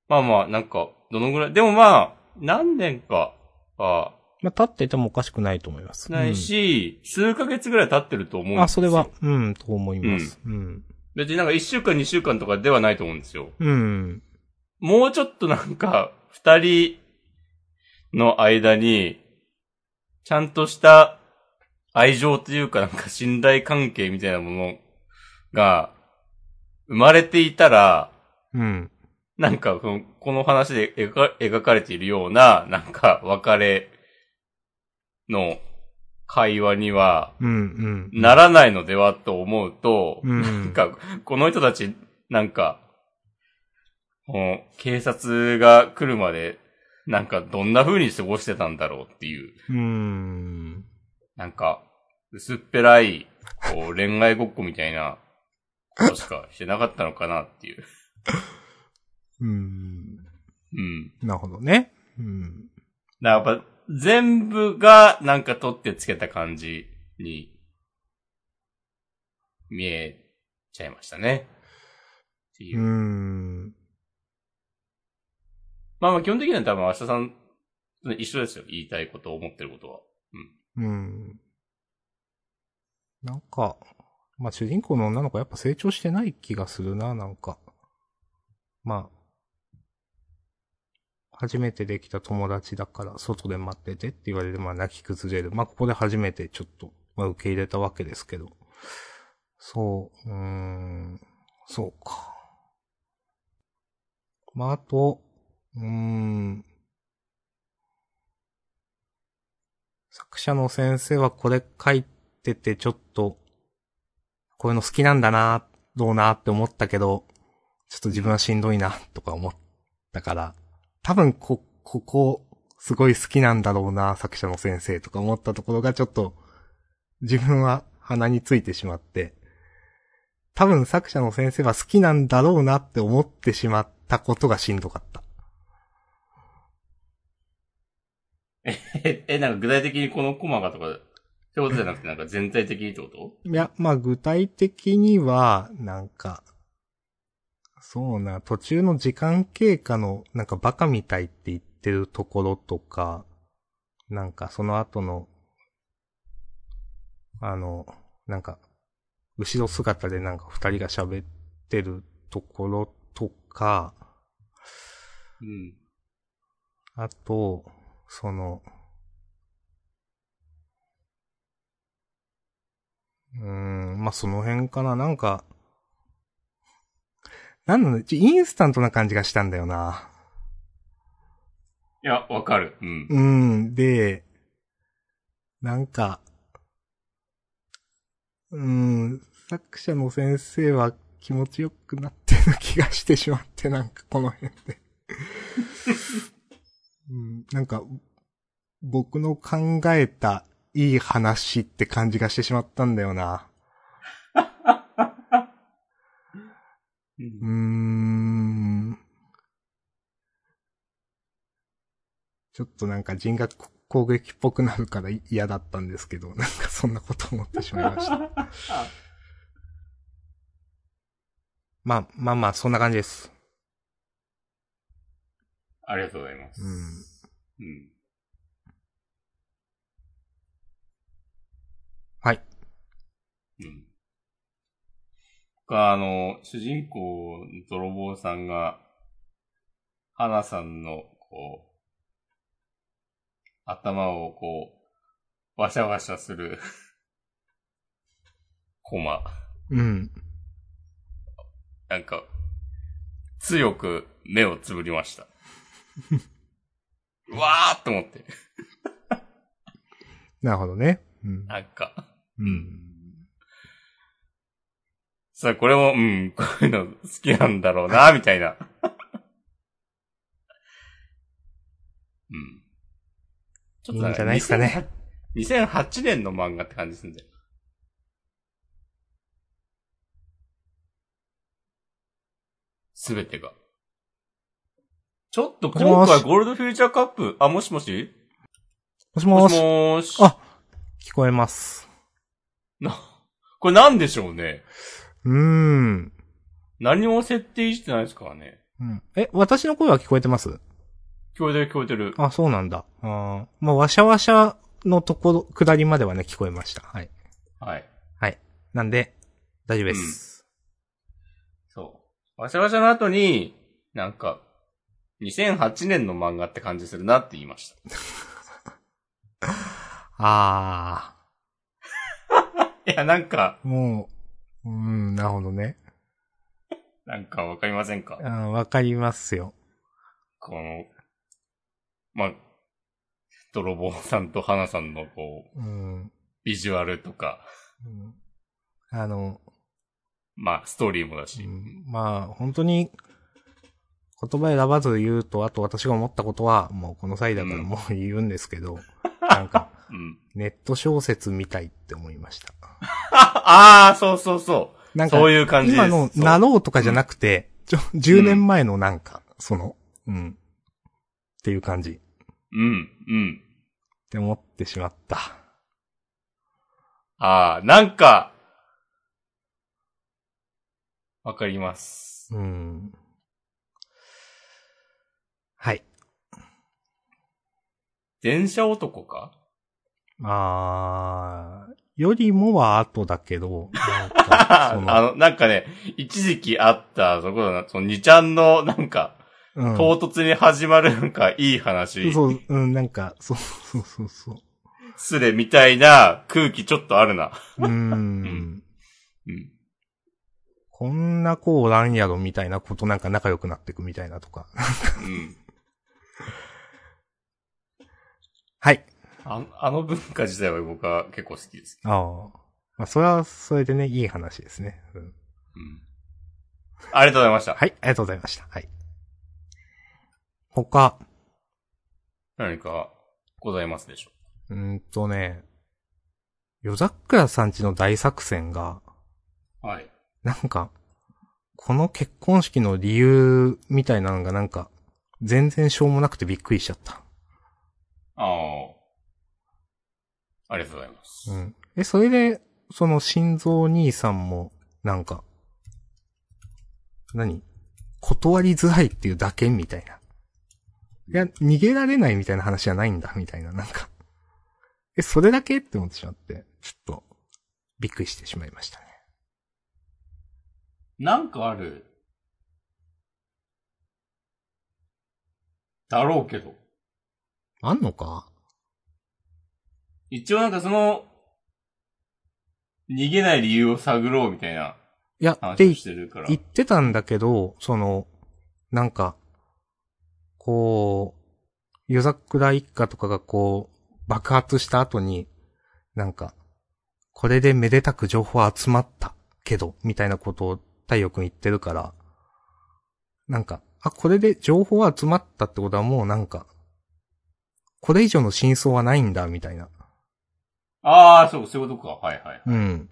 S1: まあまあ、なんか、どのぐらい、でもまあ、何年かは、
S2: まあ、立っててもおかしくないと思います。
S1: ないし、数ヶ月ぐらい経ってると思う
S2: う
S1: です
S2: んん、
S1: よ
S2: あ、それは、うん、と思います。うん。
S1: 別になんか1週間2週間とかではないと思うんですよ。
S2: うん。
S1: もうちょっとなんか、二人の間に、ちゃんとした愛情というかなんか信頼関係みたいなものが生まれていたら、
S2: うん。
S1: なんかこの、この話で描か描かれているような、なんか別れの会話には
S2: うん。うん。
S1: ならないのではと思うと、
S2: うん
S1: なんか、この人たち、なんか、もう、警察が来るまで、なんか、どんな風に過ごしてたんだろうっていう、
S2: うん。
S1: なんか、薄っぺらい、こう、恋愛ごっこみたいな、ことしかしてなかったのかなっていう。
S2: うん。
S1: うん。
S2: なるほどね。うん。
S1: だからやっぱ、全部が、なんか取ってつけた感じに、見えちゃいましたね。っていうう。
S2: ん。
S1: まあまあ基本的には多分明日さんと一緒ですよ。言いたいこと、思ってることは。
S2: うん。なんか、まあ、主人公の女の子やっぱ成長してない気がするな、なんか。まあ、初めてできた友達だから外で待っててって言われて、まあ泣き崩れる。まあここで初めてちょっと、まあ受け入れたわけですけど。そう、うーん、そうか。まああと、うーん、作者の先生はこれ書いててちょっと、こういうの好きなんだな、どうなって思ったけど、ちょっと自分はしんどいな、とか思ったから、多分こ、ここ、すごい好きなんだろうな、作者の先生とか思ったところがちょっと、自分は鼻についてしまって、多分作者の先生は好きなんだろうなって思ってしまったことがしんどかった。
S1: え、え、なんか具体的にこのコマがとか、ってことじゃなくてなんか全体的にってこと
S2: いや、まあ具体的には、なんか、そうな、途中の時間経過の、なんかバカみたいって言ってるところとか、なんかその後の、あの、なんか、後ろ姿でなんか二人が喋ってるところとか、
S1: うん。
S2: あと、その、うーん、まあ、その辺かな、なんか、なんなの、ちインスタントな感じがしたんだよな。
S1: いや、わかる。うん。
S2: うん、で、なんか、うん、作者の先生は気持ちよくなってる気がしてしまって、なんかこの辺で。うん、なんか、僕の考えたいい話って感じがしてしまったんだよな。うーん。ちょっとなんか人格攻撃っぽくなるから嫌だったんですけど、 なんかそんなこと思ってしまいました。 まあまあまあ、そんな感じです。
S1: ありがとうございます。
S2: う
S1: う
S2: ん。
S1: ん。
S2: はい。
S1: うん。が、あの、主人公の泥棒さんが、花さんの、こう、頭をこう、わしゃわしゃする、コマ。
S2: うん。
S1: なんか、強く目をつぶりました。うわーっと思って。
S2: なるほどね。うん。
S1: なんか。
S2: うん。
S1: さあ、これも、うん、こういうの好きなんだろうな、みたいな。うん。ち
S2: いいんじゃないですかね。
S1: 2008 2008年の漫画って感じすんだよ。すべてが。ちょっと今
S2: もしも
S1: 回
S2: し
S1: ゴールドフューチャーカップ、あ、もしもし
S2: もしも
S1: もし
S2: し、
S1: もーし。
S2: あ聞こえます。
S1: な、これなんでしょうね。
S2: うーん。
S1: 何も設定してないですからね。
S2: うん。え、私の声は聞こえてます
S1: 聞こえてる聞こえてる。
S2: あ、そうなんだ。あーまあ、わしゃわしゃのところ、下りまではね、聞こえました。はい。
S1: はい。
S2: なんで、大丈夫です。
S1: そう。わしゃわしゃの後に、なんか、2008年の漫画って感じするなって言いました。
S2: あ
S1: いや、なんか、
S2: ー、もう、うーん、なるほどね。
S1: なんかわかりませんか
S2: あーわかりますよ。
S1: この、まあ、泥棒さんと花さんのこう、
S2: うん。
S1: ビジュアルとか、
S2: うんあの、
S1: まあ、ストーリーもだ
S2: う
S1: し。
S2: んまあ、本当に、言葉選ばず言うと、あと私が思ったことは、もうこの際だからもう言うんですけど、なん か、
S1: うん。
S2: ネット小説みたいって思いました。
S1: ああー、そうそうそう。
S2: なんか、
S1: そういう感じです。
S2: 今の、
S1: そう
S2: なろうとかじゃなくて、ちょ、10年前のなんか、その、うん。っていう感じ。っ
S1: うん、うん。
S2: て思ってしまった。
S1: ああ、なんか、わかります。
S2: うん。はい。
S1: 電車男か
S2: あー、よりもは後だけど、なんか、そ
S1: あの、なんかね、一時期あった、そこだな、その2ちゃんの、なんか、
S2: の、うん
S1: 唐突に始まる、なんか、いい話、
S2: そう、うん、なんか、そうそうそうそう。
S1: すれみたいな空気ちょっとあるな。
S2: うー ん。
S1: うん。
S2: こんな子おらんやろみたいなことなんか仲良くなってくみたいなとか。
S1: うん。
S2: はい。
S1: あのあの文化自体は僕は結構好きです。
S2: ああ。まあ、それは、それでね、いい話ですね。う
S1: う
S2: ん。
S1: ん。ありがとうございました。
S2: はい、ありがとうございました。はい。他、
S1: 何か、ございますでしょ
S2: うーんとね、夜桜さんちの大作戦が、
S1: うはい。
S2: なんか、この結婚式の理由みたいなのがなんか、全然しょうもなくてびっくりしちゃった。
S1: ああ。ありがとうございます。
S2: うん。え、それで、その、心臓兄さんも、なんか、何断りづらいっていうだけみたいな。いや、逃げられないみたいな話じゃないんだ、みたいな、なんか。え、それだけって思ってしまって、ちょっと、びっくりしてしまいましたね。
S1: なんかある。だろうけど。
S2: あんのか
S1: 一応なんかその、逃げない理由を探ろうみたいない
S2: や、っ
S1: 話
S2: て
S1: をしてるから。
S2: 言ってたんだけど、その、なんか、こう、夜桜一家とかがこう、爆発した後に、なんか、これでめでたく情報集まったけど、みたいなことを太陽くん言ってるから、なんか、あ、これで情報集まったってことはもうなんか、これ以上の真相はないんだ、みたいな。
S1: ああ、そう、そういうことか。はいはい。
S2: うん。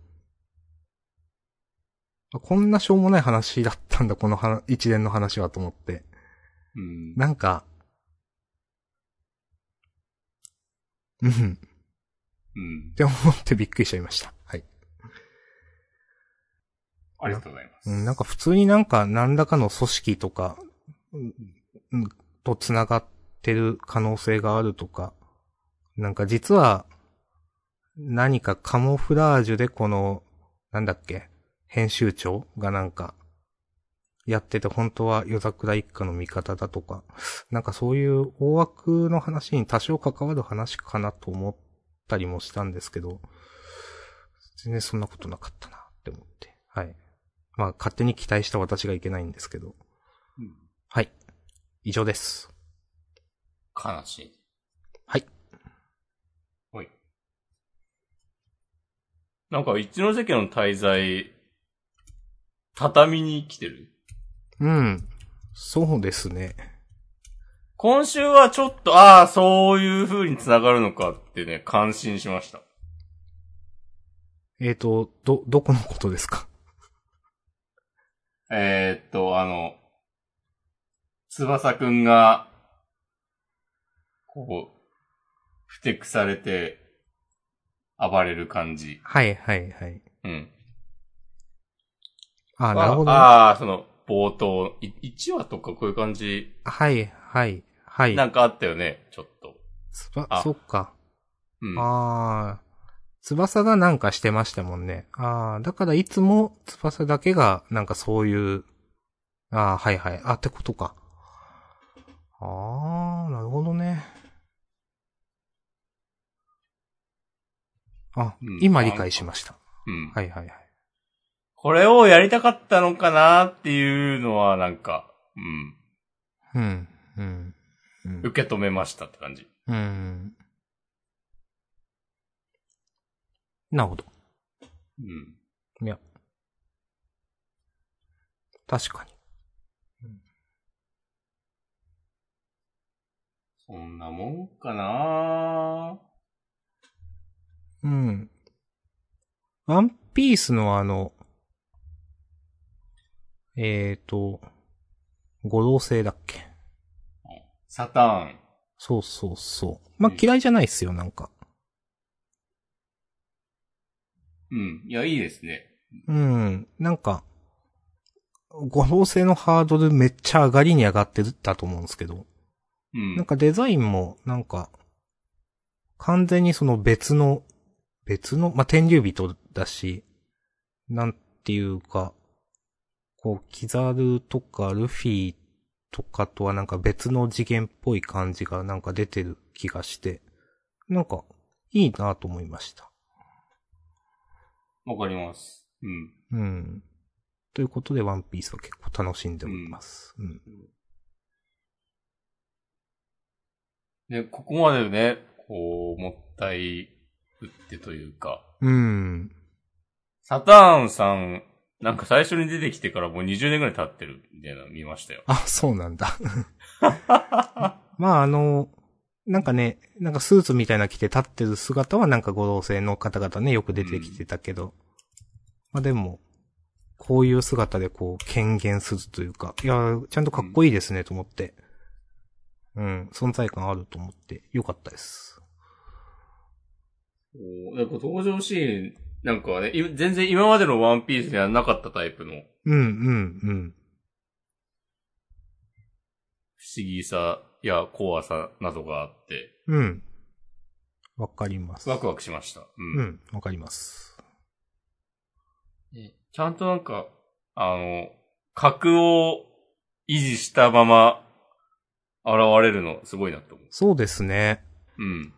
S2: あこんなしょうもない話だったんだ、この話一連の話はと思って。
S1: うん。
S2: なんか、う
S1: う
S2: ん、
S1: ん
S2: っ。て思ってびっくりしちゃいました。はい。
S1: ありがとうございます。
S2: うん、なんか普通になんか何らかの組織とか、うんうんと繋がってる可能性があるとか、なんか実は、何かカモフラージュでこの、なんだっけ、編集長がなんか、やってて本当は夜桜一家の味方だとか、なんかそういう大枠の話に多少関わる話かなと思ったりもしたんですけど、全然そんなことなかったなって思って。はいはい。まあ、勝手に期待した私がいけないんですけど。
S1: うん
S2: はい。以上です。
S1: 悲しい。
S2: はい。
S1: はい。なんか、一ノ瀬家の滞在、畳に来てる。
S2: うん。そうですね。
S1: 今週はちょっと、ああ、そういう風に繋がるのかってね、感心しました。
S2: えっ、と、ど、どこのことですか
S1: えー、っと、あの、翼くんが、こう、ふてくされて、暴れる感じ。
S2: はいはいはい。
S1: うん。
S2: あ
S1: あ
S2: あ、なるほど、ね。
S1: ああ、その、冒頭、1話とかこういう感じ、
S2: はいはいはい。
S1: なんかあったよね、ちょっと。
S2: つば
S1: あ、
S2: そっか。
S1: うん。
S2: ああ。翼がなんかしてましたもんね。ああ、だからいつも翼だけがなんかそういう、ああ、はいはい。あ、ってことか。ああ、なるほどね。あ、
S1: うん
S2: 今理解しました。
S1: うん。
S2: はいはいはい。
S1: これをやりたかったのかなっていうのは、なんか、うん。
S2: うん、うん。うん
S1: 受け止めましたって感じ。
S2: うん。なるほど。
S1: うん。
S2: いや。確かに。
S1: そんなもんかな
S2: うん。ワンピースのあの、えーと、五老星だっけ
S1: サターン。
S2: そうそうそう。まあ
S1: うん
S2: 嫌いじゃないっすよ、なんか。
S1: うん。いや、いいですね。
S2: うん。なんか、五老星のハードルめっちゃ上がりに上がってたと思うんですけど。
S1: う
S2: なん
S1: ん。
S2: かデザインも、なんか、完全にその別の、別の、まあ、天竜人だし、なんていうか、こう、キザルとかルフィとかとはなんか別の次元っぽい感じがなんか出てる気がして、なんか、いいなと思いました。
S1: わかります。うん。
S2: うん。ということで、ワンピースは結構楽しんでおります。うん。
S1: で、ここまでね、こう、もったいぶってというか、
S2: うん。
S1: サターンさん、なんか最初に出てきてからもう20年ぐらい経ってるみたいなの見ましたよ。
S2: あ、そうなんだ。 まああの、なんかね、なんかスーツみたいなの着て立ってる姿はなんかご老星の方々ね、よく出てきてたけど。まあでも、こういう姿でこう、権限するというか、いや、ちゃんとかっこいいですね、と思って。うん、存在感あると思って、よかったです。
S1: こうなんか登場シーン、なんかね、い全然今までのワンピースにはなかったタイプの
S2: うん、うん、うん。
S1: 不思議さや怖さなどがあって、
S2: うん。わかります。
S1: ワクワクしました。うん。
S2: うん、わかります。
S1: ねちゃんとなんか、あの、格を維持したまま現れるのすごいなと思う。
S2: そうですね。
S1: うん。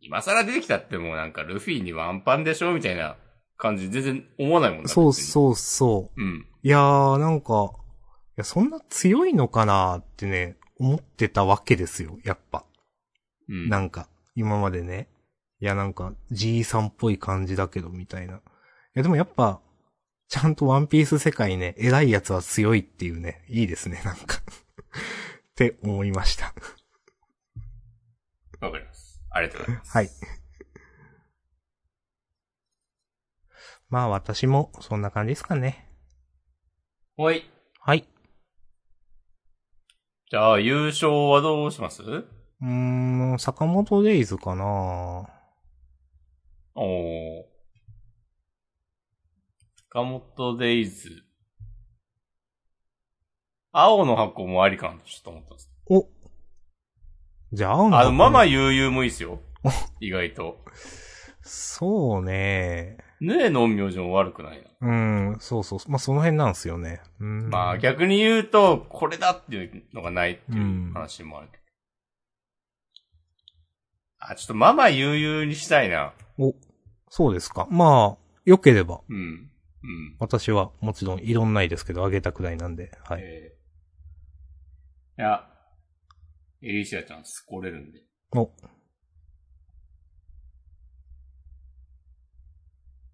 S1: 今更出てきたってもうなんかルフィにワンパンでしょみたいな感じ全然思わないもん
S2: そう
S1: う。
S2: そうそう。
S1: うん。
S2: いやー、なんか、いや、そんな強いのかなーってね、思ってたわけですよ、やっぱ。
S1: うん。
S2: なんか、今までね。いや、なんか、G さんっぽい感じだけど、みたいな。いや、でもやっぱ、ちゃんとワンピース世界ね、偉いやつは強いっていうね、いいですね、なんか。 って思いました。
S1: わかります。ありがとうございます。
S2: はい。まあ、私も、そんな感じですかね。
S1: ほい。
S2: はい。
S1: じゃあ、優勝はどうします
S2: うーん、坂本デイズかな
S1: おー。塚本デイズ。青の箱もありかなとちょっと思ったんです
S2: お。じゃあ、青の
S1: あの、
S2: 箱に
S1: ママ悠々もいいっすよ。意外と。
S2: そうね。
S1: ヌエの陰陽師も悪くないな。
S2: うん、そうそう。まあ、その辺なんですよね。うん。
S1: まあ逆に言うと、これだっていうのがないっていう話もあるけど。あ、ちょっとママ悠々にしたいな。
S2: お、そうですか。まあ、良ければ。
S1: うん。うん。
S2: 私はもちろんいろんないですけど、あげたくらいなんで、はい。
S1: えーいや、エリシアちゃん、すこれるんで。
S2: お、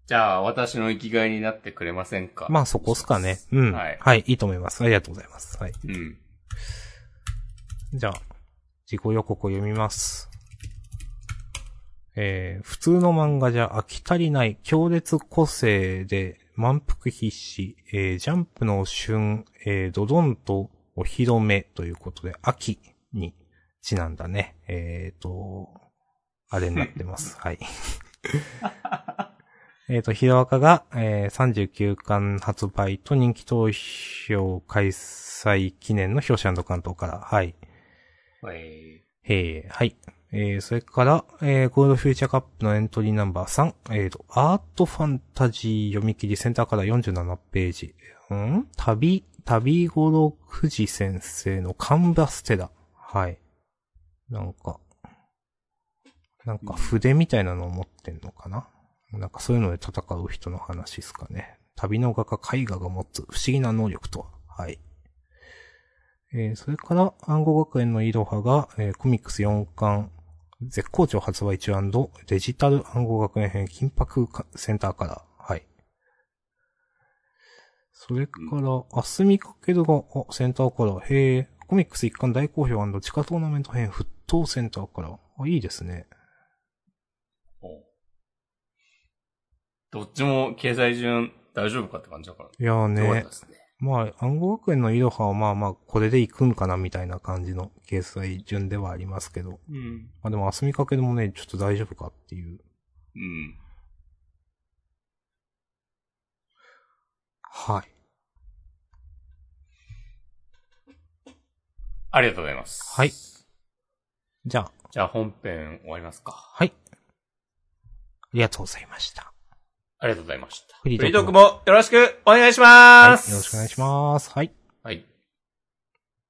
S1: じゃあ、私の生きがいになってくれませんか
S2: まあそこっすかね。うん。
S1: は
S2: はいい、いいと思います。ありがとうございます。はい。
S1: うん。
S2: じゃあ、自己予告を読みます。えー、普通の漫画じゃ飽き足りない強烈個性で満腹必至、えージャンプの旬、えードドンとお披露目ということで、秋にちなんだね。えーと、あれになってます。はい。 えっと、ヒロアカが、えー39巻発売と人気投票開催記念の表紙関東から、はい。
S1: え
S2: えー、はい。えー、それから、えー、ゴールドフューチャーカップのエントリーナンバー3、えーと、アートファンタジー読み切りセンターから47ページ。うん旅、旅五郎富士先生のカンバステラ。はい。なんか、なんか筆みたいなのを持ってんのかななんかそういうので戦う人の話ですかね。旅の画家絵画が持つ不思議な能力とは。はい。えーそれから、暗号学園のいろはが、えーコミックス4巻、絶好調発売中デジタル暗号学園編緊迫かセンターから、はい。それから、あすみかけるが、あ、センターから、へえ、コミックス1巻大好評地下トーナメント編沸騰センターから、あ、いいですね。
S1: ーおどっちも経済順大丈夫かって感じだから。
S2: いやー
S1: よかっ
S2: ね
S1: たで。すね。
S2: まあ、暗号学園のいろははまあまあ、これで行くんかなみたいな感じの掲載順ではありますけど。
S1: うん。
S2: まあでも、あすみかけるもね、ちょっと大丈夫かっていう。
S1: うん。
S2: はい。
S1: ありがとうございます。
S2: はいじゃあ、
S1: じゃあ本編終わりますか。
S2: はい。ありがとうございました。
S1: ありがとうございました。
S2: フリ
S1: フ
S2: ートー
S1: リート
S2: クも
S1: ークもよろしくお願いし
S2: はい。
S1: ま
S2: よろ
S1: す。
S2: しくお願いします。はい。